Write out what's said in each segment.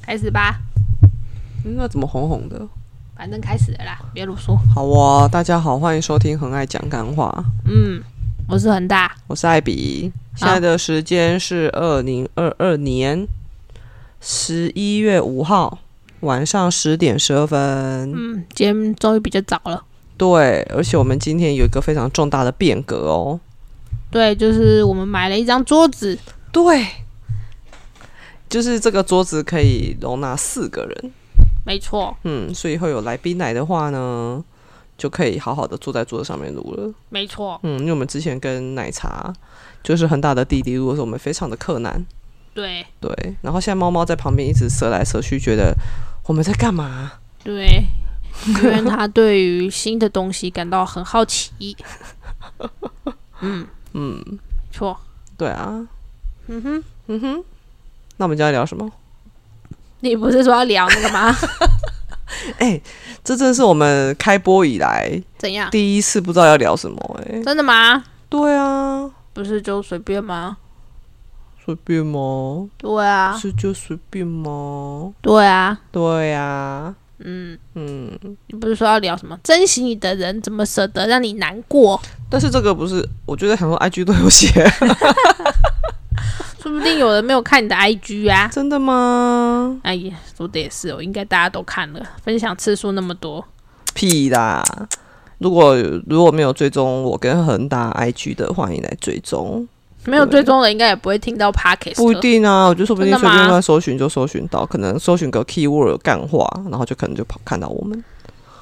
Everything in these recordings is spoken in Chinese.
开始吧，嗯那怎么红红的？反正开始了啦，别啰嗦。好哇、大家好，欢迎收听《很爱讲干话》，嗯，我是恒大，我是艾比。现在的时间是二零二二年十一月五号晚上十点十二分。嗯，今天终于比较早了。对，而且我们今天有一个非常重大的变革哦。对，就是我们买了一张桌子，对，就是这个桌子可以容纳四个人，没错，嗯，所以会有来宾来的话呢，就可以好好的坐在桌子上面录了。没错，嗯，因为我们之前跟奶茶就是恒大的弟弟，如果是我们非常的克难，对对。然后现在猫猫在旁边一直折来折去，觉得我们在干嘛？对，因为他对于新的东西感到很好奇。嗯嗯，没错，对啊，嗯哼，嗯哼。那我们今天要聊什么？你不是说要聊那个 吗？哎、这真是我们开播以来怎样？第一次不知道要聊什么哎、真的吗？对啊，不是就随便吗？随便吗？对啊，是就随便吗？对啊，对啊，嗯，嗯。你不是说要聊什么？珍惜你的人怎么舍得让你难过？但是这个不是，我觉得很多 IG 都有写， 说不定有人没有看你的 IG 啊。真的吗？哎呀，说的也是哦，应该大家都看了，分享次数那么多，屁啦！如果如果没有追踪我跟恒大 IG 的，欢迎来追踪。没有对追踪的应该也不会听到 podcast。不一，定啊，我就说不定真随的吗便乱搜寻就搜寻到，可能搜寻个 keyword 干话，然后就可能就跑看到我们。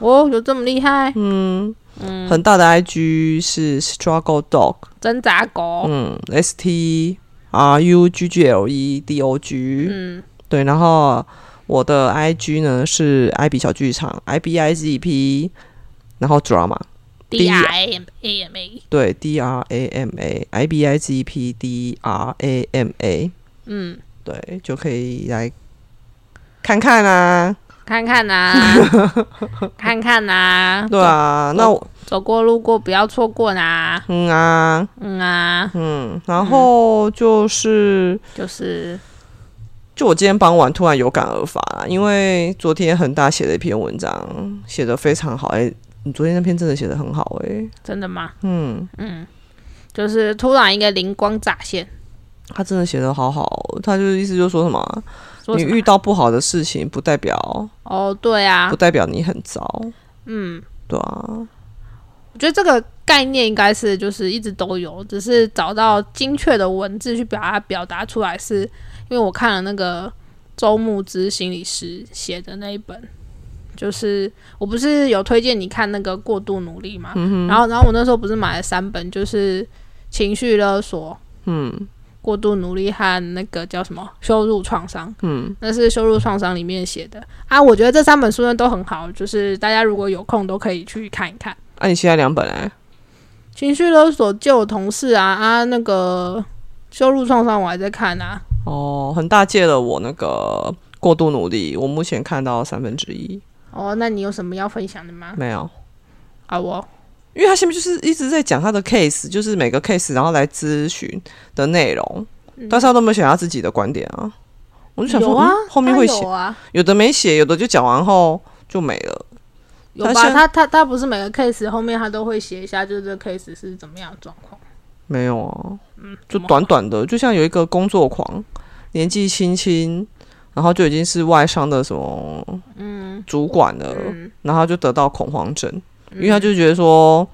哦，有这么厉害？嗯，嗯，恒大的 IG 是 struggle dog，挣扎狗，嗯，S T R U G G L E D O G，嗯，对，然后我的 IG 呢是 IB 小剧场 I B I Z P，然后 drama。 d I M A M A，对，D R A M A I B I G P D E R A M A，嗯，对，就可以来看看啊。看看 呐、看看呐、对啊，那我走过路过不要错过呐、嗯啊，嗯啊，嗯，然后就是，就是就我今天傍晚突然有感而发啦，因为昨天恒大写了一篇文章，写的非常好。哎、你昨天那篇真的写的很好哎、真的吗？嗯，嗯，就是突然一个灵光乍现，他真的写的好好，他就是意思就是说什么，啊说你什么？啊遇到不好的事情，不代表哦，对啊不，代表你很糟，嗯，对啊，我觉得这个概念应该是就是一直都有，只是找到精确的文字去表达表达出来是，因为我看了那个周牧之心理师写的那一本，就是我不是有推荐你看那个《过度努力》嘛，嗯然后然后我那时候不是买了三本，就是《情绪勒索》、《嗯过度努力》和那个叫什么《羞辱创伤》，嗯。那是《羞辱创伤》里面写的啊。我觉得这三本书呢都很好，就是大家如果有空都可以去看一看。那、啊你现在两本来，情绪勒索就有同事啊啊，那个羞辱创伤我还在看啊，哦，恒大借了我那个过度努力，我目前看到三分之一哦，那你有什么要分享的吗？没有，啊，我因为他下面就是一直在讲他的 case，就是每个 case 然后来咨询的内容，但是他都没有写他自己的观点啊。我就想嗯有说，啊嗯，后面会他写有，啊，有的没写，有的就讲完后就没了。有他吧？现他他他不是每个 case 后面他都会写一下，就是这个 case 是怎么样的状况，没有啊，嗯，就怎么短短的，就像有一个工作狂，年纪轻轻，然后就已经是外商的什么嗯主管了，嗯，然后他就得到恐慌症。因为他就觉得说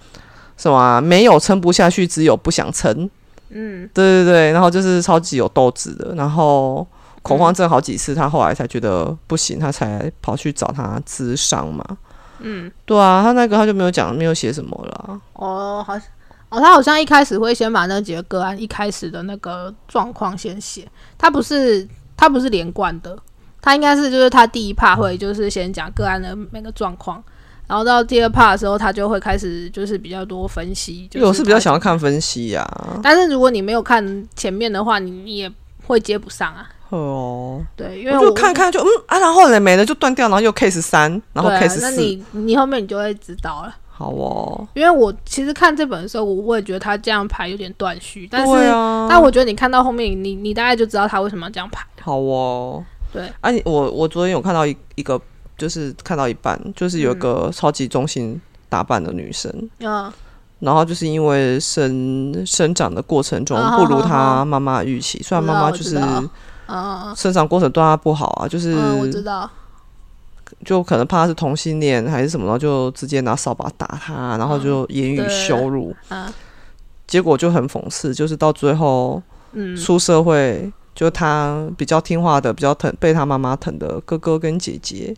什么、啊、没有撑不下去，只有不想撑。嗯对对对，然后就是超级有斗志的，然后恐嗯慌症好几次，他后来才觉得不行，他才跑去找他咨商嘛。嗯对啊，他那个他就没有讲，没有写什么了啊。哦，好像。哦，他好像一开始会先把那几个个案一开始的那个状况先写，他不是他不是连贯的，他应该是就是他第一 part 会就是先讲个案的每个状况，然后到第二 part 的时候，他就会开始就是比较多分析。就因为我是比较他想要看分析呀、啊。但是如果你没有看前面的话，你你也会接不上啊。哦，对，因我为就看看就嗯啊，然后嘞没了就断掉，然后又 case 三，然后对啊 case 那四、你你后面你就会知道了。好哦。因为我其实看这本的时候，我我也觉得他这样排有点断续，但是、对啊，但我觉得你看到后面，你你大概就知道他为什么要这样排。好哦。对啊你，我我昨天有看到一一个，就是看到一半，就是有一个超级中性打扮的女生，嗯，然后就是因为生生长的过程中啊不如好好她妈妈的预期，虽然我知妈道我妈就知是道嗯生长过程对她不好啊，就是、嗯，我知道，就可能怕她是同性恋还是什么，然后就直接拿扫把打她，然后就言语啊对羞辱，嗯结果就很讽刺，就是到最后嗯，出社会，就她比较听话的、比较疼被她妈妈疼的哥哥跟姐姐，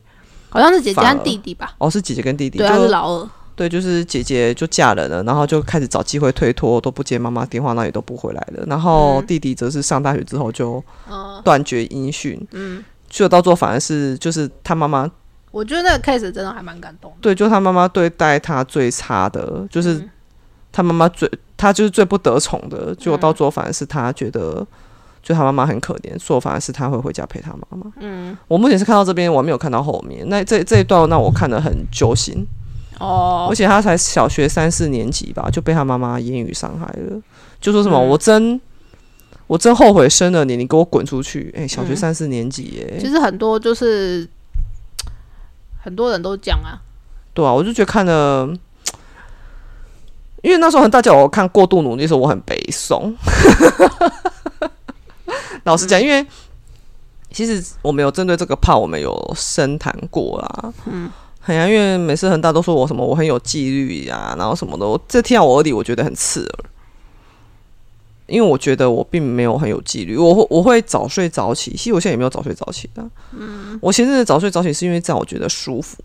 好像是姐姐反和而弟弟吧？哦，是姐姐跟弟弟，对，他是就老二，对，就是姐姐就嫁人了，然后就开始找机会推脱，都不接妈妈电话，那也都不回来了。然后嗯弟弟则是上大学之后就嗯断绝音讯，嗯，就到最后反而是就是他妈妈，我觉得那个 case 真的还蛮感动的，对，就他妈妈对待他最差的，就是嗯他妈妈最他就是最不得宠的，结果嗯到最后反而是他觉得。就他妈妈很可怜，所以反而是他会回家陪他妈妈。嗯，我目前是看到这边，我还没有看到后面。那这这一段，那我看得很揪心。哦而，且他才小学三四年级吧，就被他妈妈言语伤害了，就说什么、嗯我真我真后悔生了你，你给我滚出去！哎、小学嗯三四年级耶、其实很多就是很多人都讲啊，对啊，我就觉得看了，因为那时候很大家有看《过度努力》的时候，我很悲伤。 老实讲，因为其实我们有针对这个怕我们有深谈过啦。嗯，很呀、因为每次恒大都说我什么我很有纪律呀、然后什么的，我这听到我耳里我觉得很刺耳。因为我觉得我并没有很有纪律，我会我会早睡早起，其实我现在也没有早睡早起的啊。嗯，我前阵子早睡早起是因为这样我觉得舒服。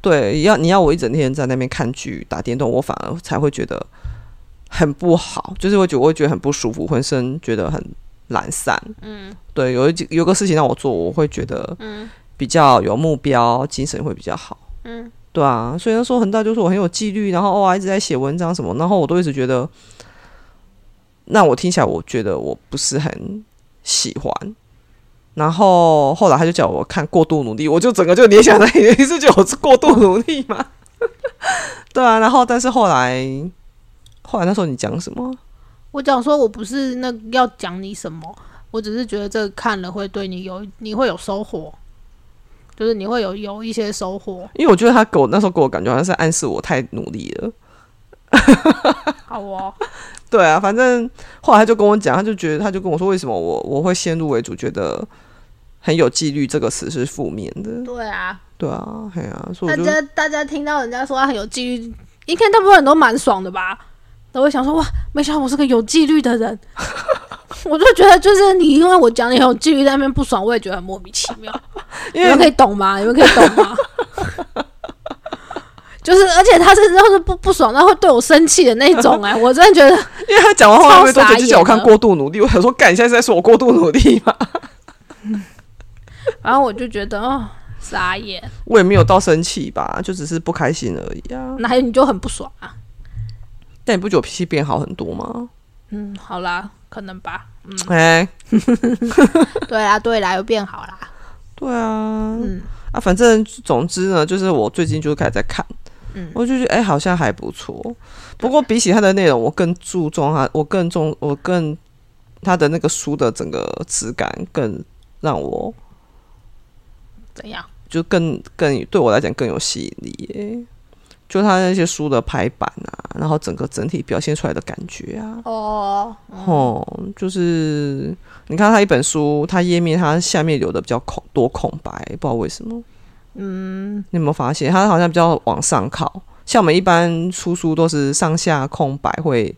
对，要你要我一整天在那边看剧、打电动，我反而才会觉得很不好，就是会觉我会觉得很不舒服，浑身觉得很懒散。嗯，对，有一件有个事情让我做，我会觉得比较有目标，精神会比较好。嗯，对啊，所以那时候恒大就说我很有纪律，然后哦啊一直在写文章什么，然后我都一直觉得，那我听起来我觉得我不是很喜欢。然后后来他就叫我看《过度努力》，我就整个就联想到你是叫我是过度努力吗？ 对啊，然后但是后来，后来那时候你讲什么？我讲说我不是那要讲你什么，我只是觉得这个看了会对你有你会有收获，就是你会有有一些收获。因为我觉得他给我那时候给我感觉好像是暗示我太努力了。好哦，对啊，反正后来他就跟我讲，他就觉得他就跟我说，为什么我我会先入为主，觉得很有纪律这个词是负面的。对啊，对啊，嘿啊，所大以我就家大家听到人家说他很有纪律，应该大部分人都蛮爽的吧？都会想说哇，没想到我是个有纪律的人。 我就觉得就是你，因为我讲你很有纪律，在那边不爽，我也觉得很莫名其 妙。因你们为可以懂吗？你们可以懂吗？就是，而且他是要是不不爽，然后对我生气的那种、 哎，我真的觉得因为他讲完后来超没多久傻就叫我眼看了过度努力，我想说，干，你现在是在说我过度努力吗？然后我就觉得哦，傻眼，我也没有到生气吧，就只是不开心而已啊。那还有你就很不爽啊。但你不觉得我脾气变好很多吗？嗯，好啦，可能吧。哎、 对啦，对啦，又变好啦。对啊，嗯啊，反正总之呢，就是我最近就开始在看，嗯我就觉得哎、好像还不错。不过比起它的内容，我更注重它，我更重，我更它的那个书的整个质感更让我怎样？就更更对我来讲更有吸引力耶。就它那些书的排版啊，然后整个整体表现出来的感觉啊，哦，哦，就是你看它一本书，它页面它下面留的比较空多空白，不知道为什么。嗯，你有没有发现它好像比较往上靠？像我们一般出书都是上下空白会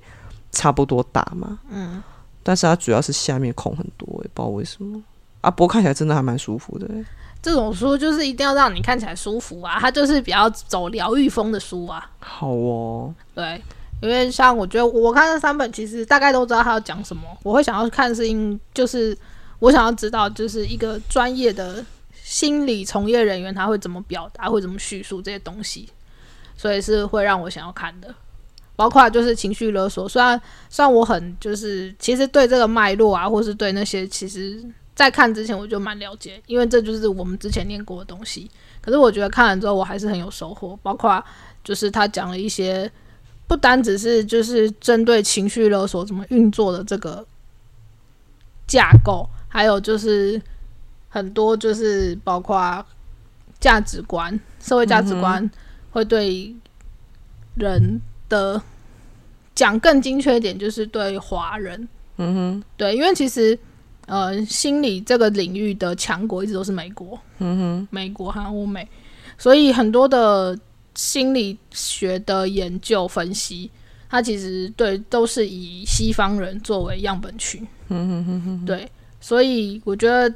差不多大嘛。嗯，但是它主要是下面空很多、也不知道为什么。啊，不过看起来真的还蛮舒服的、欸这种书就是一定要让你看起来舒服啊，它就是比较走疗愈风的书啊。好哦，对，因为像我觉得我看这三本，其实大概都知道他要讲什么。我会想要看是因，就是我想要知道，就是一个专业的心理从业人员他会怎么表达，会怎么叙述这些东西，所以是会让我想要看的。包括就是情绪勒索，虽然虽然我很就是其实对这个脉络啊，或是对那些其实在看之前我就蛮了解，因为这就是我们之前念过的东西。可是我觉得看完之后我还是很有收获，包括就是他讲了一些不单只是就是针对情绪勒索怎么运作的这个架构，还有就是很多就是呃包括价值观、社会价值观会对人的讲更精确一点，就是对华人，嗯哼，对，因为其实呃，心理这个领域的强国一直都是美国，嗯哼，美国和欧美，所以很多的心理学的研究分析，它其实对都是以西方人作为样本群。嗯哼哼哼，对，所以我觉得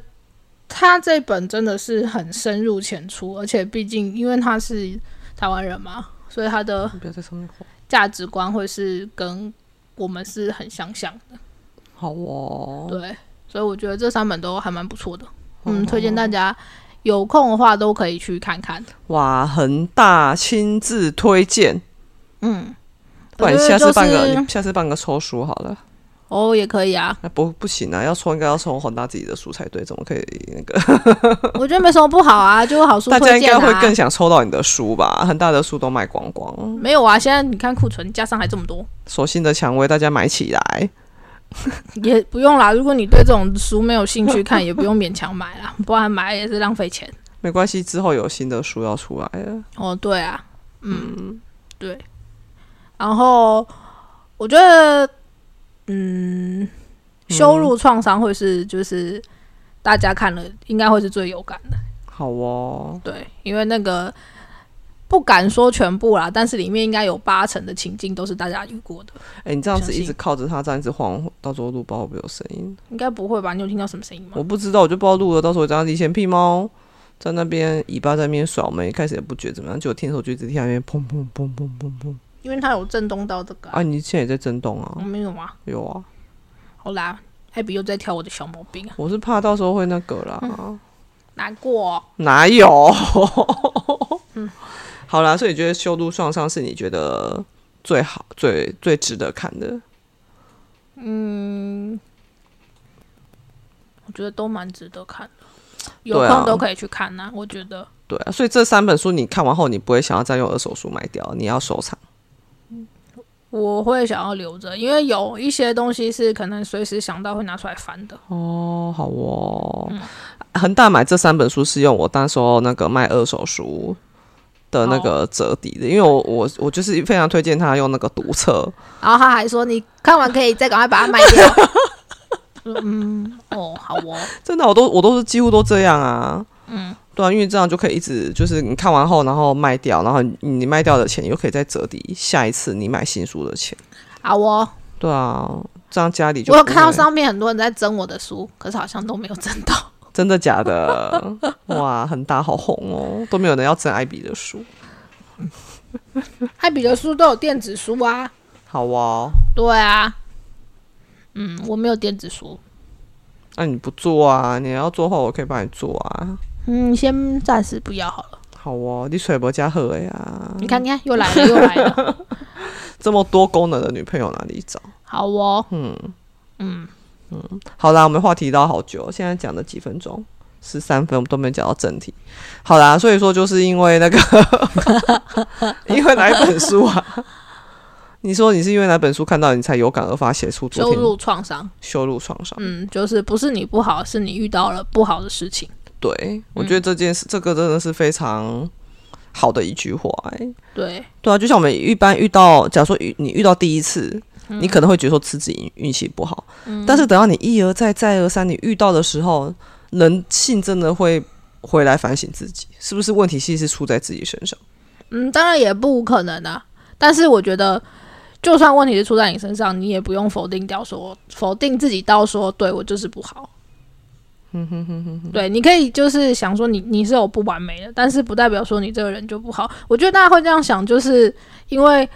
他这本真的是很深入浅出，而且毕竟因为他是台湾人嘛，所以他的你不要在上面画。价值观会是跟我们是很相像的。好哦，对，所以我觉得这三本都还蛮不错的，嗯，哦推荐大家有空的话都可以去看看。哇，恒大亲自推荐，嗯，不然我觉得下次就办个，是你下次办个抽书好了。哦，也可以啊，哎不，不行啊，要抽应该要抽恒大自己的书才对，怎么可以那个？ 我觉得没什么不好啊，就是好书大家推应荐该啊。会更想抽到你的书吧？恒大的书都卖光光，没有啊，现在你看库存加上还这么多，手心的蔷薇大家买起来。也不用啦，如果你对这种书没有兴趣看，也不用勉强买啦，不然买也是浪费钱。没关系，之后有新的书要出来了。哦，对啊，嗯，对。然后我觉得，嗯，羞辱创伤会是就是大家看了应该会是最有感的，好哦，对，因为那个不敢说全部啦，但是里面应该有八成的情境都是大家遇过的，哎、你这样子相一信直靠着它这样一直晃，到时候录不好会不会有声音？应该不会吧？你有听到什么声音吗我？不知道，我就不知道录了，到时候这样离前屁猫在那边尾巴在那边甩，我们一开始也不觉得怎么样，结果听手就一直听到那边砰砰砰砰砰砰因为它有震动到这个、啊，啊！你现在也在震动啊？没有啊。有啊，好啦，艾比又在挑我的小毛病啊，我是怕到时候会那个啦，难过哦、哪有？嗯 好啦，所以你觉得《修路创伤》是你觉得最好、最最值得看的？我觉得都蛮值得看的，有对啊空都可以去看呐、我觉得对啊，所以这三本书你看完后，你不会想要再用二手书卖掉，你要收藏。我会想要留着，因为有一些东西是可能随时想到会拿出来翻的。哦，好哦。恒大买这三本书是用我当时候那个卖二手书的那个折抵的，因为我我我就是非常推荐他用那个读册，然后他还说：“你看完可以再赶快把它卖掉。” 嗯，哦，好哦，真的我都我都是几乎都这样啊。嗯，对啊，因为这样就可以一直就是你看完后，然后卖掉，然后你你卖掉的钱又可以再折抵下一次你买新书的钱。好哦。对啊，这样家里就我有不看到会上面很多人在争我的书，可是好像都没有争到。真的假的？哇，恒大好红哦，都没有人要争艾比的书。艾比的书都有电子书啊，好哦，对啊，嗯，我没有电子书，那、你不做啊？你要做的话，我可以帮你做啊。嗯，先暂时不要好了。好哦，你水博加喝呀，你看，你看，又来了，又来了。这么多功能的女朋友哪里找？好哦，嗯，嗯，好啦，我们话题唠好久，现在讲了几分钟，十三分，我们都没讲到正题。好啦，所以说就是因为那个， 因为哪一本书啊？你说你是因为哪本书看到你才有感而发写出昨羞天辱创伤，羞辱创伤？嗯，就是不是你不好，是你遇到了不好的事情。对，我嗯觉得这件事，这个真的是非常好的一句话、欸。对，对啊，就像我们一般遇到，假如说遇你遇到第一次，嗯你可能会觉得说自己运气不好，但是等到你一而再、再而三，你遇到的时候，人性真的会回来反省自己，是不是问题其实是出在自己身上？嗯，当然也不无可能啊。但是我觉得，就算问题是出在你身上，你也不用否定掉说否定自己到说，对我就是不好。对，你可以就是想说你你是有不完美的，但是不代表说你这个人就不好。我觉得大家会这样想，就是因为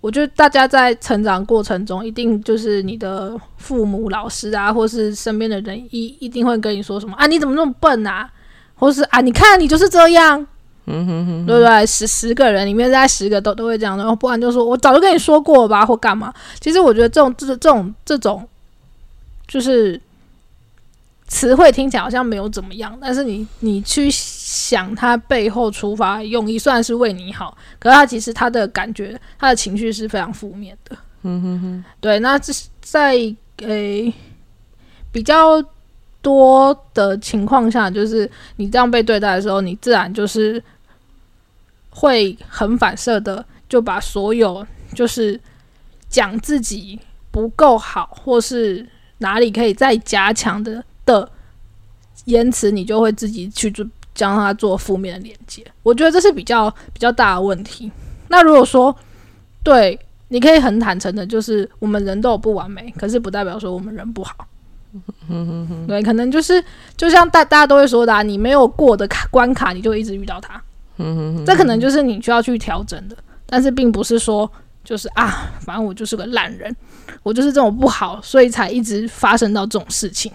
我觉得大家在成长过程中，一定就是你的父母、老师啊，或是身边的人一一定会跟你说什么啊，你怎么那么笨啊，或是啊，你看你就是这样，对不对？十十个人里面，大概十个都都会这样，然后不然就说我早就跟你说过吧，或干嘛。其实我觉得这种这这种这种就是词汇听起来好像没有怎么样，但是你你去想它背后出发的用意，虽然是为你好，可是它其实它的感觉、它的情绪是非常负面的。嗯哼哼，对。那这是在诶、比较多的情况下，就是你这样被对待的时候，你自然就是会很反射的就把所有就是讲自己不够好，或是哪里可以再加强的的言辞，你就会自己去做将它做负面的连接。我觉得这是比较比较大的问题。那如果说对，你可以很坦诚的，就是我们人都有不完美，可是不代表说我们人不好。对，可能就是就像大大家都会说的、啊，你没有过的卡关卡，你就一直遇到它。这可能就是你需要去调整的，但是并不是说就是啊，反正我就是个烂人，我就是这种不好，所以才一直发生到这种事情。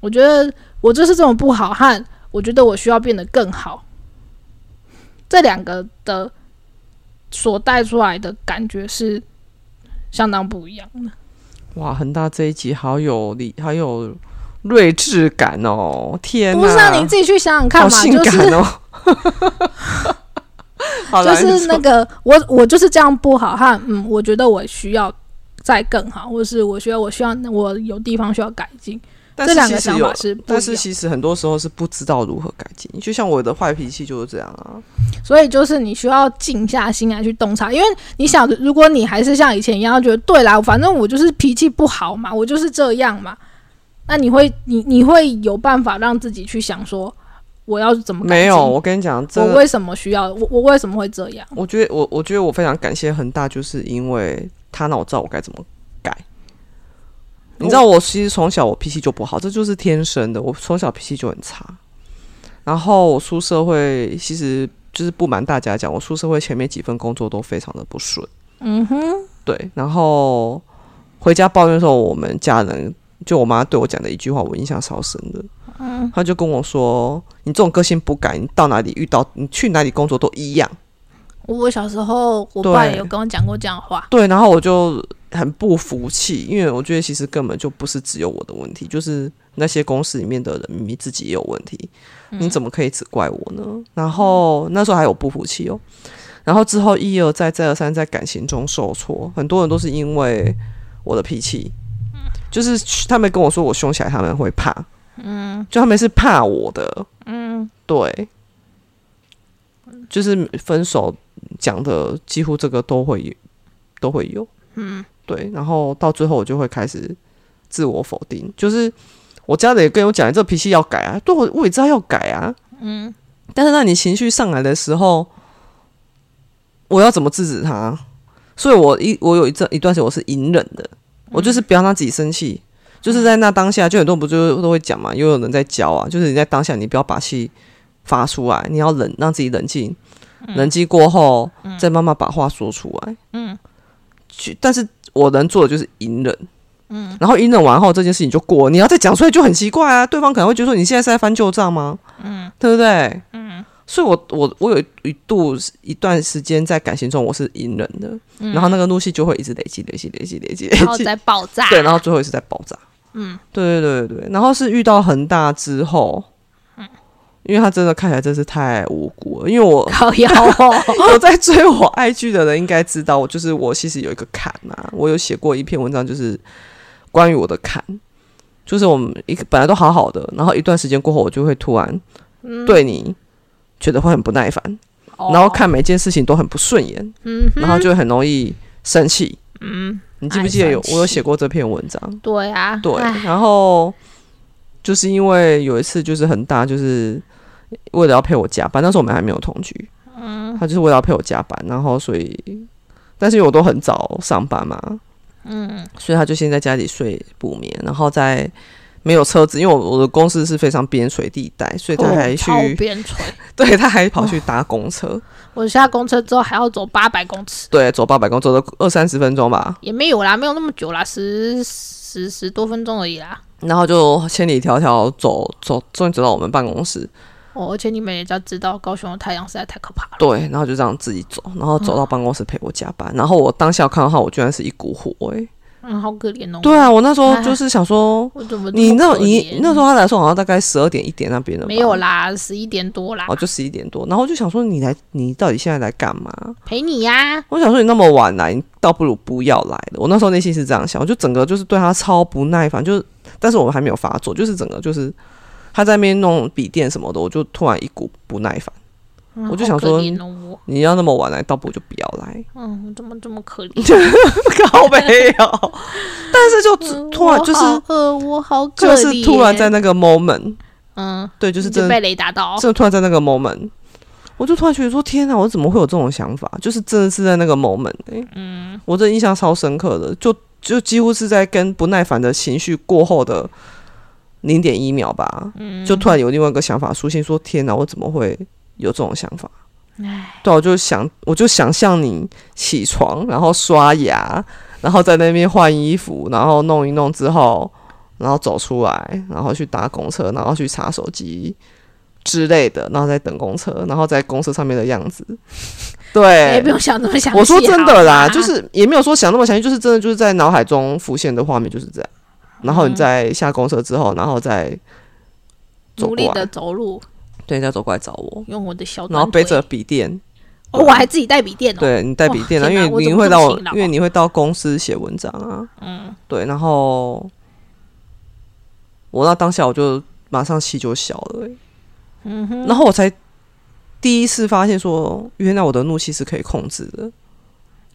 我觉得我就是这种不好和我觉得我需要变得更好，这两个的所带出来的感觉是相当不一样的。哇，恒大这一集好有理，好有睿智感哦！天哪，不是啊，你自己去想想看好嘛，性就是感 哦。好啦就是你那说个我我就是这样不好哈，嗯，我觉得我需要再更好，或是我需要我需要我有地方需要改进，但这是两其个实想有法是不一但是样。其实很多时候是不知道如何改进，就像我的坏脾气就是这样啊。所以就是你需要静下心来去洞察，因为你想，如果你还是像以前一样觉得对啦，反正我就是脾气不好嘛，我就是这样嘛，那你会你你会有办法让自己去想说我要怎么改进没有，，我跟你讲，真我的，为什么需要我我为什么会这样？我觉得我我觉得我非常感谢恒大，就是因为他让我知道我该怎么改。你知道，我其实从小我脾气就不好，这就是天生的。我从小脾气就很差，然后我出社会，其实就是不瞒大家讲，我出社会前面几份工作都非常的不顺。嗯哼，对，然后回家抱怨的时候，我们家人就我妈对我讲的一句话，我印象超深的。嗯，她就跟我说：“你这种个性不改，你到哪里遇到，你去哪里工作都一样。我小时候我对爸也有跟我讲过这样的话”，对，然后我就很不服气，因为我觉得其实根本就不是只有我的问题，就是那些公司里面的人明明自己也有问题，你怎么可以只怪我呢？然后那时候还有不服气哦。然后之后一而再再而三在感情中受挫，很多人都是因为我的脾气，就是他们跟我说我凶起来他们会怕，嗯，就他们是怕我的，嗯，对，就是分手讲的几乎这个都会有都会有，嗯，对，然后到最后我就会开始自我否定，就是我家人也跟我讲，你这脾气要改啊，对我我也知道要改啊，嗯，但是当你情绪上来的时候，我要怎么制止他？所以我一我有一阵一段时间我是隐忍的，我就是不要让自己生气，就是在那当下，就很多人不就都会讲嘛，又有人在教啊，就是你在当下你不要把气发出来，你要冷让自己冷静，冷静过后、再慢慢把话说出来。嗯，去，但是我能做的就是隐忍。嗯，然后隐忍完后这件事情就过了，你要再讲出来就很奇怪啊，对方可能会觉得说你现在是在翻旧账吗？嗯，对不对？嗯，所以我我我有一度一段时间在感情中我是隐忍的，然后那个怒气就会一直累积累积累积累积累然积，后再爆炸，对，然后最后一次在爆炸。嗯，对对对对对。然后是遇到恒大之后，嗯因为他真的看起来真是太无辜了。因为我靠腰 哦。有在追我 IG 的人应该知道，我就是我其实有一个坎啊，我有写过一篇文章，就是关于我的坎，就是我们一个本来都好好的，然后一段时间过后，我就会突然嗯对你觉得会很不耐烦，然后看每件事情都很不顺眼，哦嗯哼，然后就会很容易生气。嗯，你记不记得有爱生气我有写过这篇文章？对啊，对唉，然后就是因为有一次就是恒大，就是为了要陪我加班，那时候我们还没有同居，嗯，他就是为了要陪我加班，然后所以，但是因为我都很早上班嘛，嗯，所以他就先在家里睡补眠，然后在没有车子，因为我我的公司是非常边陲地带，所以他还去，哦超边陲。 对，他还跑去搭公车， 我下公车之后还要走八百公尺，对，走八百公，走了二三十分钟吧，也没有啦，没有那么久啦，十十十多分钟而已啦。然后就千里迢迢走走，终于走到我们办公室，哦，而且你们也要知道，高雄的太阳实在太可怕了。对，然后就这样自己走，然后走到办公室陪我加班。然后我当下看到他，我居然是一股火哎、嗯，好可怜哦。对，啊，我那时候哎就是想说，我怎么你这那么你可怜那时候他来说好像大概十二点一点那边的吧没有，啦，十一点多啦哦，，就十一点多。然后我就想说，你来，你到底现在来干嘛？陪你呀。我想说你那么晚来，你倒不如不要来了。我那时候内心是这样想，我就整个就是对他超不耐烦，就是但是我们还没有发作，就是整个就是他在那边弄笔电什么的，我就突然一股不耐烦。嗯我就想好可说怜哦我你要那么晚来，倒不如就不要来，嗯，我怎么这么可 怜？靠没有。 但是就只嗯突然我就是好饿，我好可就怜，是突然在那个 moment，嗯，对，就是你真的被雷打到，真的突然在那个 moment，我就突然觉得说，天哪，我怎么会有这种想法？就是真的是在那个 moment，、欸、嗯，我这印象超深刻的，就就几乎是在跟不耐烦的情绪过后的零点一秒吧，嗯，就突然有另外一个想法苏醒，说天哪，我怎么会有这种想法？对啊，我就想，我就想象你起床，然后刷牙，然后在那边换衣服，然后弄一弄之后，然后走出来，然后去搭公车，然后去查手机之类的，然后再等公车，然后在公车上面的样子。也对不，用想那么详细。哎啊我说真的啦，好啊吗就是也没有说想那么详细，就是真的就是在脑海中浮现的画面就是这样。嗯然后你在下公车之后，然后再走努力过来啊的走路，对，再走过来找我，用我的小短然后背腿着笔电。哦，我还自己带笔电哦。对你带笔哇电啊，天因哪为我你怎么会这么到勤劳，啊因为你会到公司写文章啊，嗯，对，然后我那当下我就马上气就消了欸、嗯哼，然后我才第一次发现说，原来我的怒气是可以控制的，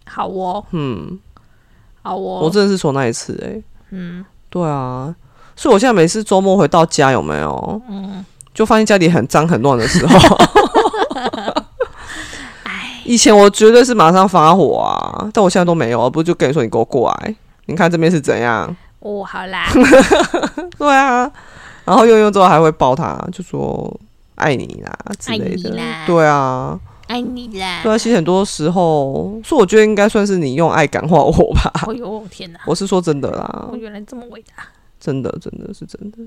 好哦，嗯，好哦，我真的是从那一次、欸，嗯对啊，所以我现在每次周末回到家有没有，嗯，就发现家里很脏很乱的 时候。以前我绝对是马上发火啊，但我现在都没有啊，不是就跟你说你给我过来，你看这边是怎样？哦，好 啦，对啊，然后用用之后还会抱他，就说爱你啦之类的爱你啦，对啊，爱你啦。对啊，其实很多时候，所以我觉得应该算是你用爱感化我吧，哎呦天哪！哦我是说真的啦我，原来这么伟大，真的，真的是真的。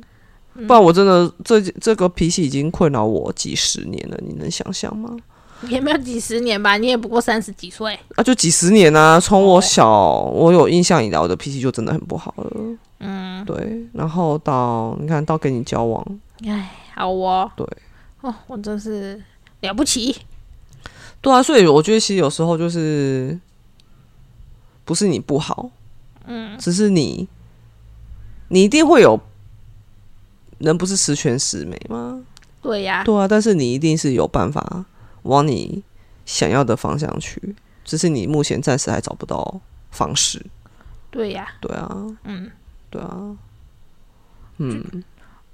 不然我真的这这个脾气已经困扰我几十年了，你能想象吗？也没有几十年吧，你也不过三十几岁。啊，就几十年啊！从我小我有印象以来，我的脾气就真的很不好了。嗯，对。然后到你看到跟你交往，好哦，对，哦，我真是了不起，对啊，所以我觉得其实有时候就是不是你不好，嗯，只是你你一定会有人不是十全十美吗？对呀、对啊，但是你一定是有办法往你想要的方向去，只是你目前暂时还找不到方式。对呀、对啊，嗯，对啊，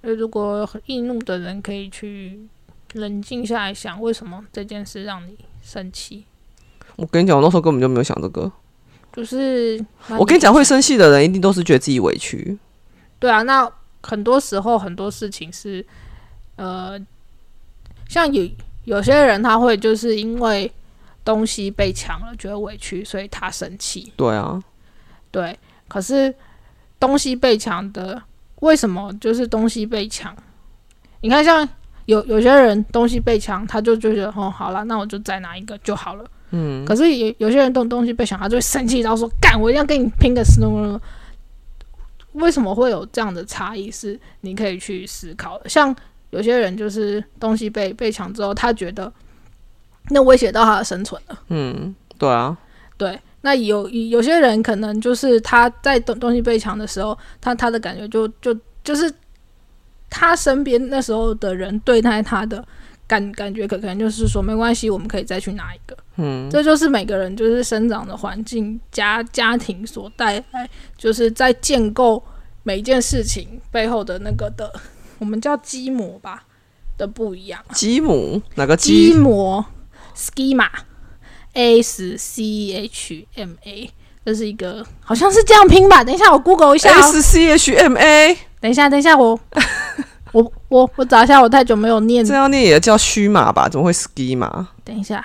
如果很易怒的人可以去冷静下来想，为什么这件事让你生气？我跟你讲，我那时候根本就没有想这个。就是我跟你讲，会生气的人一定都是觉得自己委屈。对啊，那很多时候很多事情是，呃，像有有些人他会就是因为东西被抢了，觉得委屈，所以他生气。对啊，对，可是东西被抢的，为什么就是东西被抢？你看，像有有些人东西被抢，他就就觉得哦，好了，那我就再拿一个就好了。嗯，可是有有些人动东西被抢，他就会哦生气到说：“干，我一定要跟你拼个死！”为什么会有这样的差异？是你可以去思考的。像有些人就是东西被被抢之后，他觉得那威胁到他的生存了。嗯，对啊，对，那有有些人可能就是他在东东西被抢的时候，他他的感觉就就就是他身边那时候的人对待他的感感觉，可可能就是说没关系，我们可以再去拿一个。嗯，这就是每个人就是生长的环境、家家庭所带来，就是在建构每一件事情背后的那个的，我们叫基模吧的不一样。鸡母哪个基鸡？模 schema，A 十 C H M A，这是一个好像是这样拼吧？等一下我 Google 一下、哦。 S C H M A，等一下，等一下我我我我找一下，我太久没有念。这样念也叫虚码吧？怎么会 ski 码？等一下，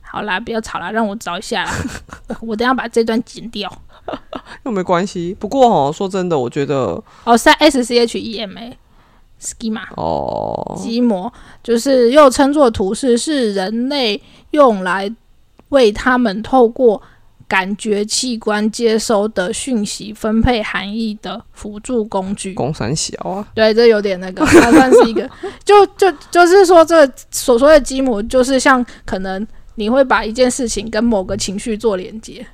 好啦，不要吵啦，让我找一下啦。我等一下把这段剪掉。又没关系。不过哦，说真的，我觉得哦，三 S C H E M A schema 哦，基模，就是又称作图示，是人类用来为他们透过感觉器官接收的讯息分配含义的辅助工具。公山小啊，对，这有点那个，它算是一个， 就就就是说，这所说的基模，就是像可能你会把一件事情跟某个情绪做连接。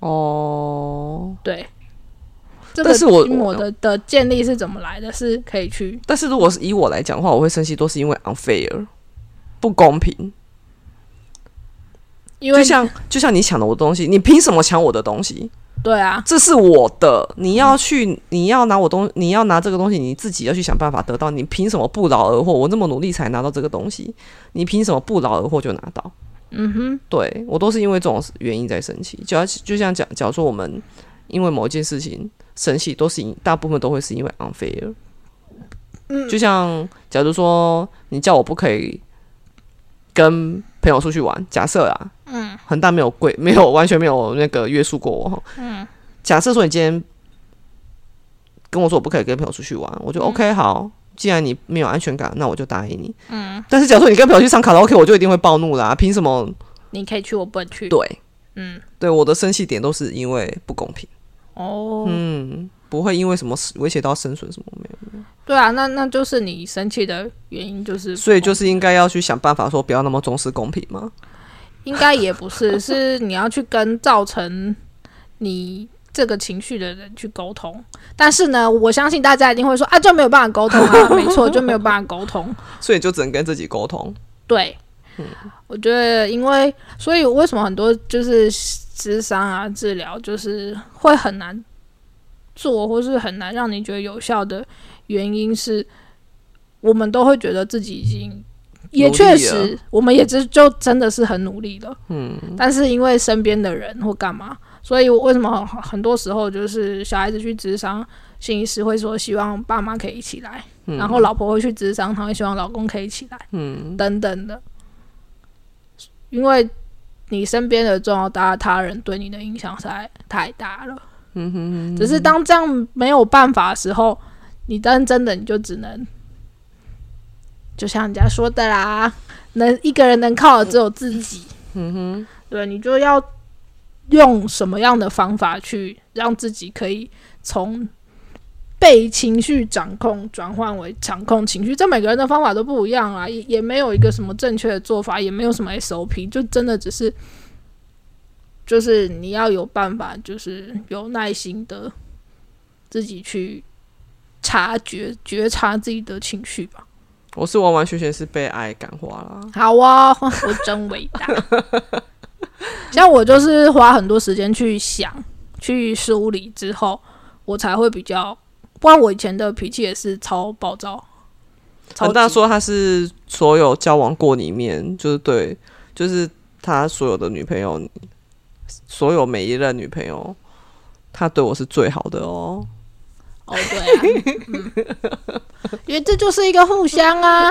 哦，对，这但个是我筋膜的的建立是怎么来的？是可以去但是如果是以我来讲的话，我会生气，都是因为 unfair，不公平。因为就像就像你抢了我的东西，你凭什么抢我的东西？对啊，这是我的，你要去，你要拿我东，你要拿这个东西，你自己要去想办法得到。你凭什么不劳而获？我那么努力才拿到这个东西，你凭什么不劳而获就拿到？嗯哼，对我都是因为这种原因在生气。就要就像讲，假如说我们因为某一件事情生气，都是因大部分都会是因为 unfair。嗯就像假如说你叫我不可以跟朋友出去玩，假设啊，嗯，恒大没有规，没有完全没有那个约束过我哈，嗯，假设说你今天跟我说我不可以跟朋友出去玩，我就 OK、好。既然你没有安全感，那我就答应你。嗯，但是假如说你跟朋友去唱卡拉 OK，我就一定会暴怒啦！凭什么你可以去，我不能去。对，嗯，对，我的生气点都是因为不公平，哦，嗯，不会因为什么威胁到生存什么没有，对啊，那那就是你生气的原因，就是所以就是应该要去想办法说不要那么重视公平嘛。应该也不是，是你要去跟造成你这个情绪的人去沟通。但是呢，我相信大家一定会说啊，就没有办法沟通 啊，没错，就没有办法沟通。所以就只能跟自己沟通，对，我觉得因为所以为什么很多就是智商啊治疗就是会很难做，或是很难让你觉得有效的原因是，我们都会觉得自己已经。也努力确了实，我们也是就真的是很努力了，嗯，但是因为身边的人或干嘛，所以我为什么很很多时候就是小孩子去咨商，心理师会说希望爸妈可以一起来，嗯然后老婆会去咨商，她会希望老公可以一起来，嗯，等等的，因为你身边的重要他他人对你的影响实在太大了。嗯哼只是当这样没有办法的时候，你当真的你就只能，就像人家说的啦，能一个人能靠的只有自己。嗯哼，对你就要用什么样的方法去让自己可以从。被情绪掌控转换为掌控情绪，这每个人的方法都不一样啊，也也没有一个什么正确的做法，也没有什么 SOP，就真的只是，就是你要有办法，就是有耐心的自己去察觉、觉察自己的情绪吧。我是完完全全是被爱感化啦。好哦，我真伟大。 像我就是花很多时间去想、去梳理之后，我才会比较。不然我以前的脾气也是超暴躁，超恒大级说他是所有交往过里面，就是对，就是他所有的女朋友，所有每一任女朋友，他对我是最好的哦。哦，对啊，嗯，因为这就是一个互相 啊，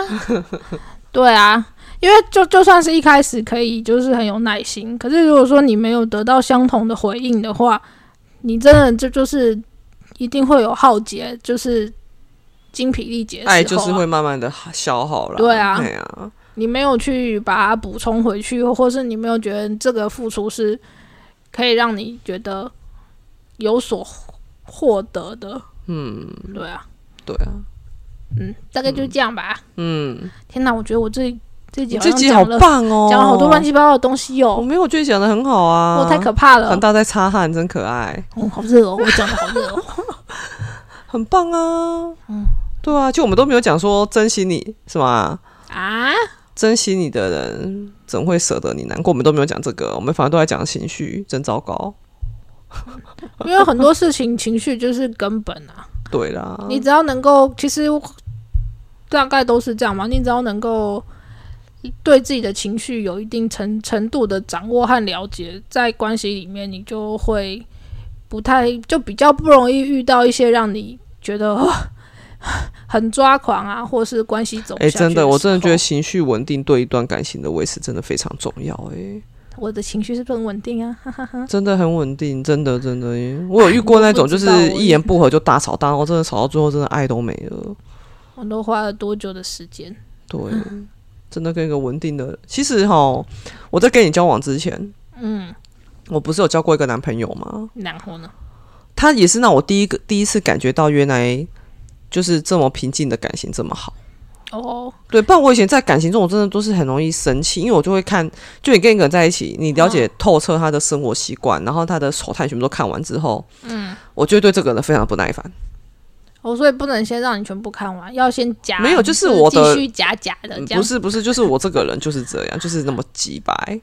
对啊，因为就就算是一开始可以就是很有耐心，可是如果说你没有得到相同的回应的话，你真的这就是一定会有浩劫，就是精疲力竭的时候啊、爱哎就是会慢慢的消耗啦。对啊哎呀，你没有去把它补充回去，或是你没有觉得这个付出是可以让你觉得有所获得的，嗯，对啊，对啊，嗯，大概就这样吧。嗯。天哪，我觉得我这这集你好像这集好讲了棒哦，讲了好多乱七八糟的东西我哦，没有，我觉得你讲的很好啊，我太可怕了恒，大在擦汗，真可爱，哦，好热哦，我讲的好热 哦，很棒啊。嗯，对啊，就我们都没有讲说珍惜你是吗？啊，珍惜你的人怎会舍得你难过？我们都没有讲这个，我们反而都在讲情绪，真糟糕。因为很多事情情绪就是根本啊，对啦，你只要能够，其实大概都是这样嘛。你只要能够对自己的情绪有一定程程度的掌握和了解，在关系里面，你就会不太就比较不容易遇到一些让你觉得、哦、很抓狂啊，或是关系走不哎、下去 真的，我真的觉得时情绪稳定对一段感情的维持真的非常重 要、欸。候我的情绪是不是很稳定啊？哎，真的很稳定，真的真的。我有遇过那种就我不知是道我一言不合就大吵大闹，真的吵到最后真的爱都没了。我都花了多久的时间？对，嗯真的跟一个稳定的。其实哈，我在跟你交往之前，嗯，我不是有交过一个男朋友吗？然后呢？他也是让我第一个第一次感觉到，原来就是这么平静的感情这么好。哦，对，不然我以前在感情中，我真的都是很容易生气，因为我就会看，就你跟一个人在一起，你了哦解透彻他的生活习惯，然后他的丑态全部都看完之后，嗯，我就会对这个人非常不耐烦。我哦所以不能先让你全部看完，要先夹。没有就是你我的继续夹夹的嗯这不样。是不是，就是我这个人就是这样，就是那么急白。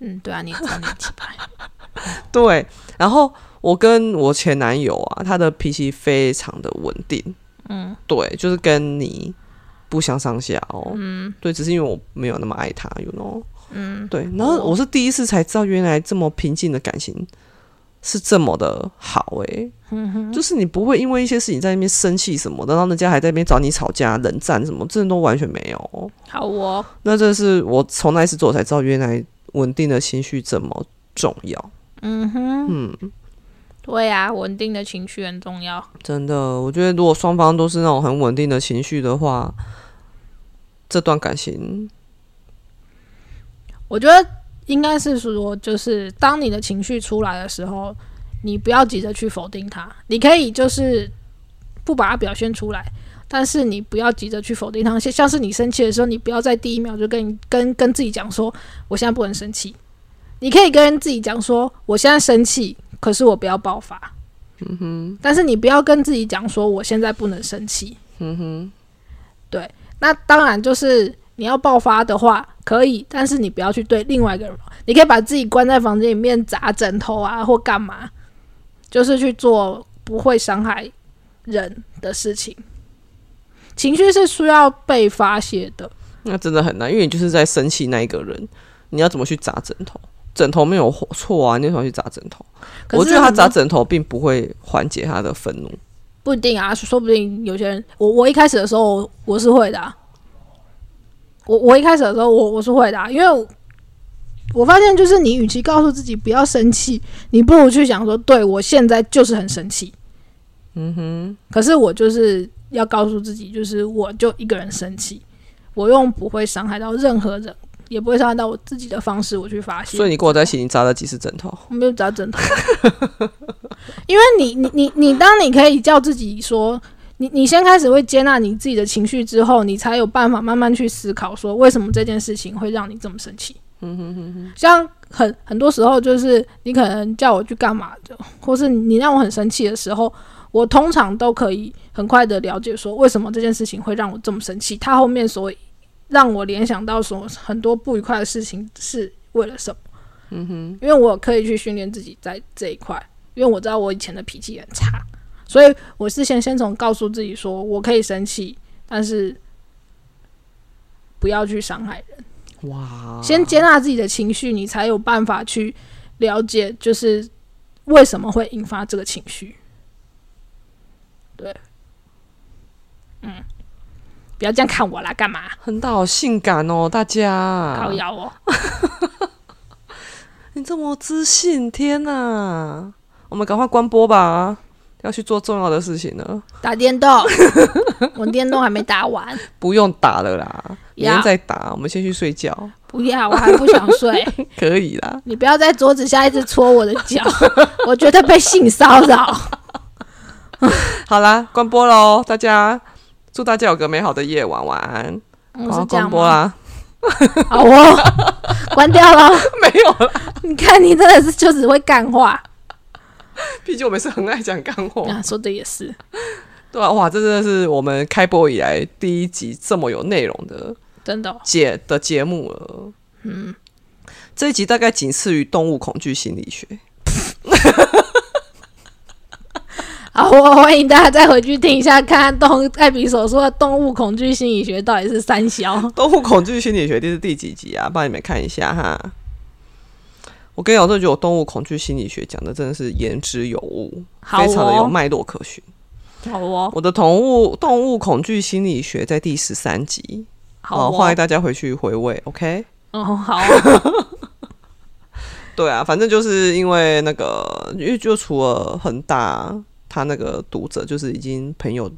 嗯，对啊，你也知道你很奇葩。对，然后我跟我前男友啊，他的脾气非常的稳定，嗯，对，就是跟你不相上下哦，嗯，对，只是因为我没有那么爱他，you know，嗯，对，然后我是第一次才知道，原来这么平静的感情是这么的好诶、就是你不会因为一些事情在那边生气什么的，然后人家还在那边找你吵架、冷战什么，真的都完全没有哦、好哦，那这是我从那一次做才知道，原来稳定的情绪这么重要。对啊，稳定的情绪很重要。真的，我觉得如果双方都是那种很稳定的情绪的话，这段感情我觉得应该是说，就是当你的情绪出来的时候，你不要急着去否定它，你可以就是不把它表现出来，但是你不要急着去否定它。像像是你生气的时候，你不要在第一秒就跟你 跟跟自己讲说，我现在不能生气。你可以跟自己讲说，我现在生气，可是我不要爆发。嗯哼。但是你不要跟自己讲说，我现在不能生气。那当然就是你要爆发的话可以，但是你不要去对另外一个人爆，你可以把自己关在房间里面砸枕头啊，或干嘛，就是去做不会伤害人的事情。情绪是需要被发泄的，那真的很难，因为你就是在生气那一个人，你要怎么去砸枕头？枕头没有错啊，你为什么要去砸枕头？可我是觉得他很砸枕头并不会缓解他的愤怒。不一定啊，说不定有些人，我我一开始的时候我我是会的、啊，我我一开始的时候我我是会的、啊，因为我我发现就是你与其告诉自己不要生气，你不如去想说，对我现在就是很生气，嗯哼，可是我就是要告诉自己，就是我就一个人生气，我用不会伤害到任何人，也不会伤害到我自己的方式，我去发泄，所以你跟我在一起，你砸了几次枕头？我没有找枕头， 因为你你你你，当你可以叫自己说，你你先开始会接纳你自己的情绪之后，你才有办法慢慢去思考说，为什么这件事情会让你这么生气。像很很多时候，就是你可能叫我去干嘛的，或是你让我很生气的时候，我通常都可以很快的了解说，为什么这件事情会让我这么生气，它后面所让我联想到说很多不愉快的事情是为了什么。因为我可以去训练自己在这一块，因为我知道我以前的脾气很差，所以我事先先从告诉自己说我可以生气，但是不要去伤害人，哇，先接纳自己的情绪，你才有办法去了解就是为什么会引发这个情绪。对，嗯，不要这样看我啦，干嘛？很大好性感哦，大家。靠腰哦，你这么自信，天哪！我们赶快关播吧，要去做重要的事情了。打电动， 我电动还没打完，不用打了啦，明天呀再打。我们先去睡觉， 不要，我还不想睡。可以啦。你不要在桌子下一直戳我的 脚，我觉得被性骚扰。好啦，关播喽，大家祝大家有个美好的夜晚，晚安。嗯我是要这关样播啊吗？啦， 好哦，关掉了。没有啊啦，你看，你真的是就只会干话毕竟我们是很爱讲干货。啊！说的也是，对啊，哇，这真的是我们开播以来第一集这么有内容的真的哦、节的节目了。嗯，这一集大概仅次于动物恐惧心理学。好哦，我欢迎大家再回去听一下，看看动艾比所说的动物恐惧心理学到底是三小。动物恐惧心理学这是第几集啊？帮你们看一下哈。我跟你讲，我真的觉得我动物恐惧心理学讲的真的是言之有物，好非常的有哦，脉络可循。好哦，我的动物动物恐惧心理学在第十三集，好哦欢哦迎，大家回去回味。OK，嗯，好 哦，对啊，反正就是因为那个，因为就除了恒大他那个读者，就是已经朋友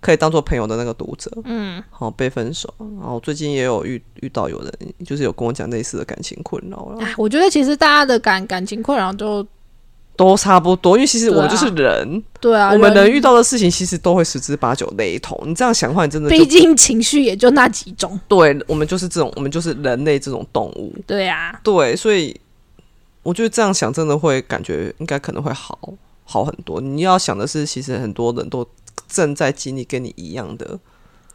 可以当做朋友的那个读者，嗯，好被分手，然后最近也有遇遇到有人啊就是有跟我讲类似的感情困扰了。哎我觉得其实大家的感感情困扰就都差不多，因为其实我们对就啊是人，对啊，我们能人遇到的事情其实都会十之八九雷同。你这样想的话，你真的就毕竟情绪也就那几种。对我们就是这种，我们就是人类这种动物。对啊，对，所以我觉得这样想真的会感觉应该可能会好好很多。你要想的是，其实很多人都正在经历跟你一样的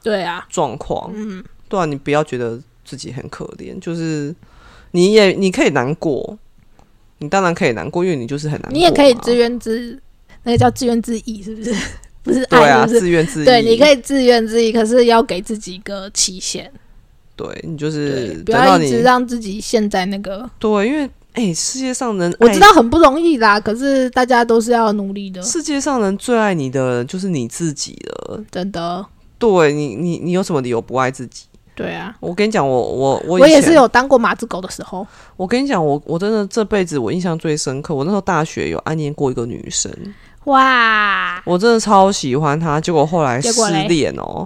对啊，状况，嗯，对啊，你不要觉得自己很可怜，就是你也你可以难过，你当然可以难过，因为你就是很难过嘛，你也可以自怨自，那个叫自怨自艾，是不 是？不是对啊，爱，是不是？自怨自艾，对，你可以自怨自艾，可是要给自己一个期限，对你就对是，不等要到一你直让自己陷在那个。对，因为哎、世界上人哎我爱知道很不容易啦，可是大家都是要努力的，世界上人最爱你的人就是你自己了，真的。对你你你有什么理由不爱自己？对啊，我跟你讲，我我我我以前也是有当过马子狗的时候。我跟你讲，我我真的这辈子我印象最深刻，我那时候大学有暗恋过一个女生，哇，我真的超喜欢她，结果后来结失果嘞恋哦、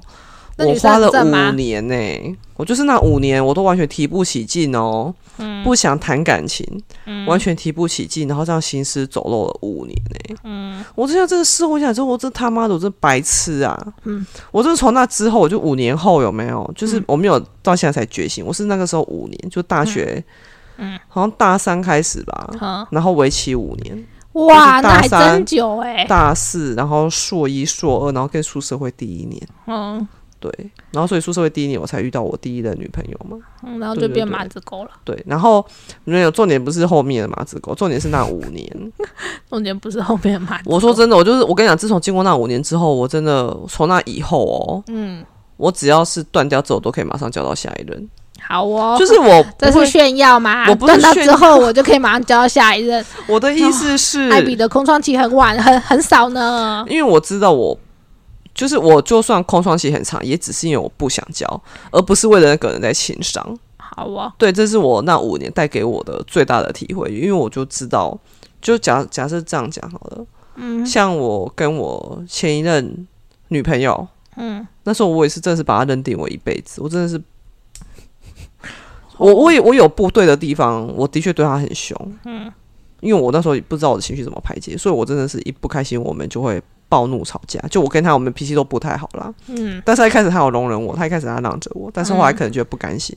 那我女生花了很正吗五年呢、我就是那五年我都完全提不起劲哦、嗯不想谈感情，完全提不起劲，然后这样行尸走肉了五年呢、嗯我真的这个事后想之后，我真他妈的我真白痴啊！嗯我就是从那之后，我就五年后有没有？就是我没有到现在才觉醒，我是那个时候五年，就大学，好像大三开始吧，嗯，然后为期五年，哇，我是大那还三真久哎、大四，然后硕一、硕二，然后跟出社会第一年，嗯对，然后所以出社会第一年我才遇到我第一任女朋友嘛，嗯，然后对就对变对马子狗了。对，然后没有重点不是后面的马子狗，重点是那五年。中间不是后面的马子狗。我说真的，我就是我跟你讲，自从经过那五年之后，我真的从那以后哦，嗯，我只要是断掉之后，我都可以马上交到下一任，好哦，就是我 这不是会，炫耀嘛？我不是断到炫之后，我就可以马上交到下一任。我的意思是，艾比哦的空窗期很晚，很很少呢。因为我知道我。就是我，就算空窗期很长，也只是因为我不想交，而不是为了那个人在情商。好哦，对，这是我那五年带给我的最大的体会，因为我就知道，就假假设这样讲好了，嗯，像我跟我前一任女朋友，嗯，那时候我也是真的是把她认定我一辈子，我真的是，我我也我有不对的地方，我的确对她很凶，嗯，因为我那时候也不知道我的情绪怎么排解，所以我真的是一不开心，我们就会。暴怒吵架，就我跟她，我们脾气都不太好啦。嗯，但是她一开始她有容忍我，她一开始她让着我，但是后来可能觉得不甘心，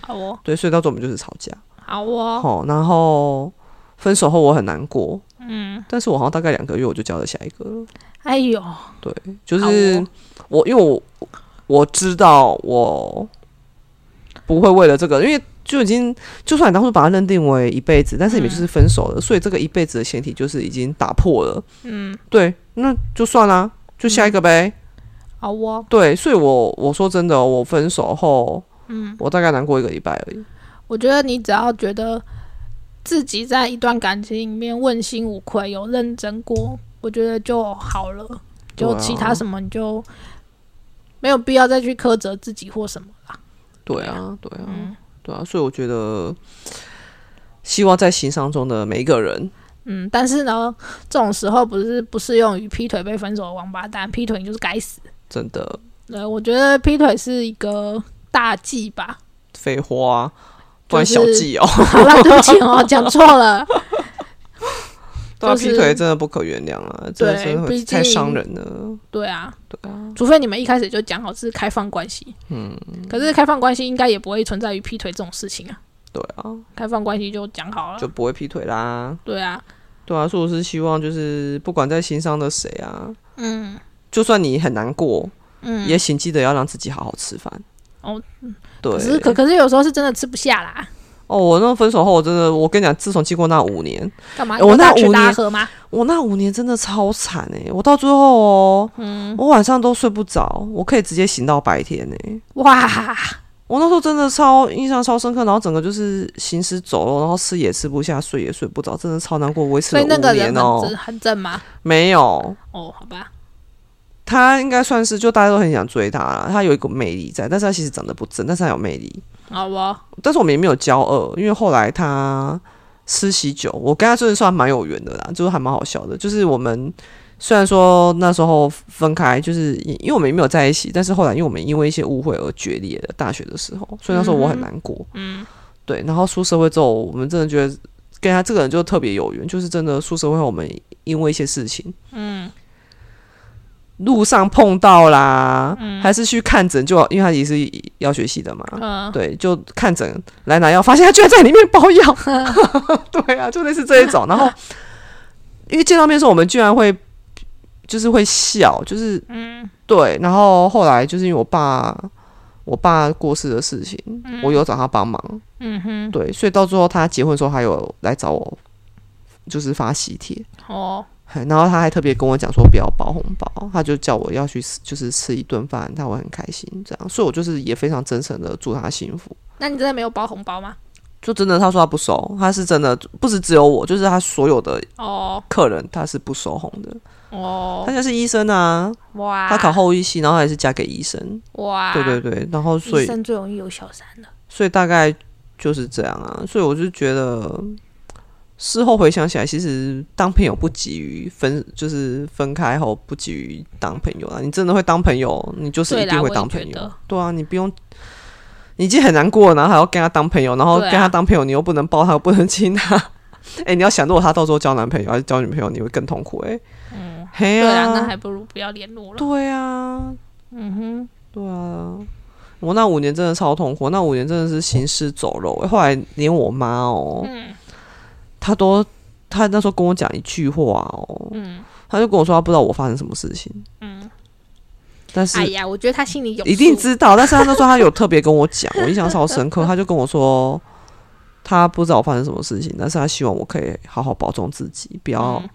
好哦，对，所以到最后我们就是吵架。好哦，好，然后分手后我很难过，嗯，但是我好像大概两个月我就交了下一个了，哎呦，对，就是我因为我我知道我不会为了这个，因为就已经就算你当初把它认定为一辈子，但是你们就是分手了，所以这个一辈子的前提就是已经打破了，嗯，对，那就算啦、就下一个呗，好哦，对，所以我我说真的哦，我分手后，嗯，我大概难过一个礼拜而已，我觉得你只要觉得自己在一段感情里面问心无愧，有认真过，我觉得就好了。对就啊其他什么你就没有必要再去苛责自己或什么啦。对啊，对啊，嗯对啊，所以我觉得，希望在情商中的每一个人，嗯，但是呢，这种时候不是不适用于劈腿被分手的王八蛋，劈腿你就是该死。真的对，我觉得劈腿是一个大忌吧。废话，不然就是小 计哦，好啦，对不起哦，讲错 了。对啊，就是劈腿真的不可原谅啊，真的对真的毕会竟太伤人了。对啊，除非你们一开始就讲好是开放关系，嗯，可是开放关系应该也不会存在于劈腿这种事情啊。对啊，开放关系就讲好了就，不会劈腿啦。对啊，对啊，所以我是希望就是不管在情商的谁啊，嗯就算你很难过，嗯。也请记得要让自己好好吃饭。哦，对可，是可可是有时候是真的吃不下啦，哦，我那分手后，我真的，我跟你讲，自从经过那五年，干嘛？你我那大吃五大年喝吗？我那五年真的超惨哎、我到最后哦、嗯我晚上都睡不着，我可以直接醒到白天哎、哇，我那时候真的超印象超深刻，然后整个就是行尸走肉，然后吃也吃不下，睡也睡不着，真的超难过，维持所了以那五个人年哦、很正很正吗？没有。哦，好吧，他应该算是，就大家都很想追他啦。他有一股魅力在，但是他其实长得不正，但是他有魅力。好哦，但是我们也没有交恶，因为后来他吃喜酒，我跟他真的算蛮有缘的啦，就是还蛮好笑的。就是我们虽然说那时候分开，就是因因为我们也没有在一起，但是后来因为我们因为一些误会而决裂了。大学的时候，所以那时候我很难过。嗯，对。然后出社会之后，我们真的觉得跟他这个人就特别有缘，就是真的出社会后，我们因为一些事情，嗯，路上碰到啦，还是去看诊就，因为他也是药学系的嘛， 嗯对，就看诊来拿药，发现他居然在里面包 药， 对啊，就类似这一种。然后因为见到面的时候，我们居然会就是会笑，就是嗯对。然后后来就是因为我爸我爸过世的事情，我有找他帮忙，嗯哼，对，所以到最后他结婚的时候，还有来找我，就是发喜帖，哦，嘿然后他还特别跟我讲说不要包红包，他就叫我要去吃，就是吃一顿饭，他会很开心这样。所以我就是也非常真诚的祝他幸福。那你真的没有包红包吗？就真的，他说他不收，他是真的不是只有我，就是他所有的哦客人他是不收红的。他哦，现在是医生啊，哇，他考后医系，然后还是嫁给医生。哇，对对对，然后所医以生最容易有小三了。所以大概就是这样啊。所以我就觉得事后回想起来，其实当朋友不急于分，就是分开后不急于当朋友啊。你真的会当朋友，你就是对一啦，定我会也当朋觉友得。，对啊，你不用。你已经很难过了，然后还要跟他当朋友，然后对啊跟他当朋友，你又不能抱他，又不能亲他。 哎、你要想，如果他到时候交男朋友还是交女朋友，你会更痛苦哎、嗯，嘿对啊，啊，那还不如不要联络了。对啊，嗯哼，对啊，我那五年真的超痛苦，那五年真的是行尸走肉欸、后来连我妈哦、嗯她都她那时候跟我讲一句话哦、嗯她就跟我说她不知道我发生什么事情，嗯，但是哎呀，我觉得他心里有一定数知道。但是她那时候她有特别跟我讲，我印象超深刻。她就跟我说，她不知道我发生什么事情，但是她希望我可以好好保重自己，不要、嗯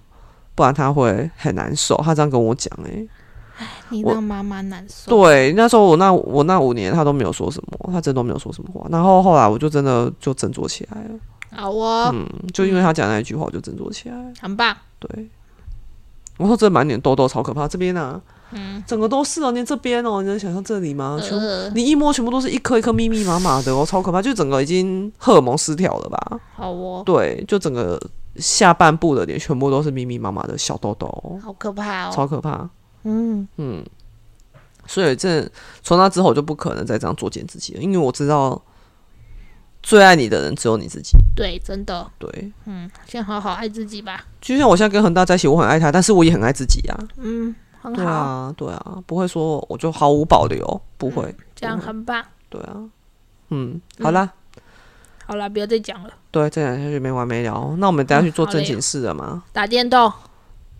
不然她会很难受。她这样跟我讲哎、你我让妈妈难受。对，那时候我那我那五年他都没有说什么，他真的都没有说什么话。然后后来我就真的就振作起来了，好哦，嗯就因为他讲那一句话，我就振作起来了。很棒。对，我说这满脸痘痘超可怕，这边啊，嗯，整个都是哦，连这边哦，你能想象这里吗？全部呃，你一摸全部都是一颗一颗密密麻麻的哦，超可怕，就整个已经荷尔蒙失调了吧？好哦，对，就整个下半部的脸全部都是密密麻麻的小痘痘哦，好可怕哦。超可怕。嗯嗯，所以这从那之后我就不可能再这样作践自己了，因为我知道最爱你的人只有你自己。对，真的，对，嗯，先好好爱自己吧。就像我现在跟恒大在一起，我很爱他，但是我也很爱自己啊。嗯，很对好，嗯啊，对啊，不会说我就毫无保留，不会。这样很棒。对啊，嗯，好啦，好了，不要再讲了，对，这两天就没完没了。哦那我们等一下去做嗯好累正经事了吗？打电动。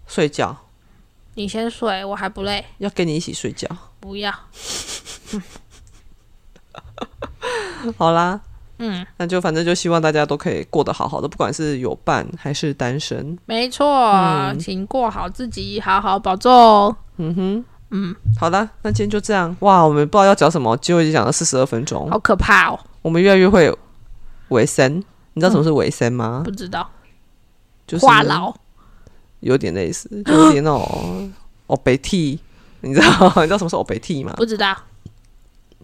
睡觉，你先睡，我还不累，要跟你一起睡觉。不要。好啦，嗯，那就反正就希望大家都可以过得好好的，不管是有伴还是单身。没错，嗯请过好自己，好好保重。嗯哼，嗯，好的，那今天就这样。哇，我们不知道要讲什么，结果已经讲了四十二分钟好，可怕哦！我们越来越会尾声。你知道什么是尾声嗯吗？不知道，就是嗯话痨，有点类似，就 有点那种哦北替，你知道 你知道什么是哦北替吗？不知道。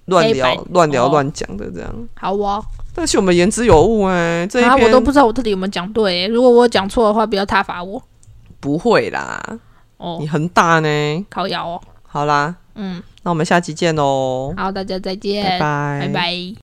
乱黑聊白乱聊哦乱讲的这样，好哦，但是我们言之有物哎、这啊，一我篇都不知道我到底有没有讲对耶。如果我有讲错的话，不要挞伐我不会啦，哦你。很大呢。靠谣哦，好啦，嗯，那我们下期见喽，哦好，大家再见，拜拜拜，拜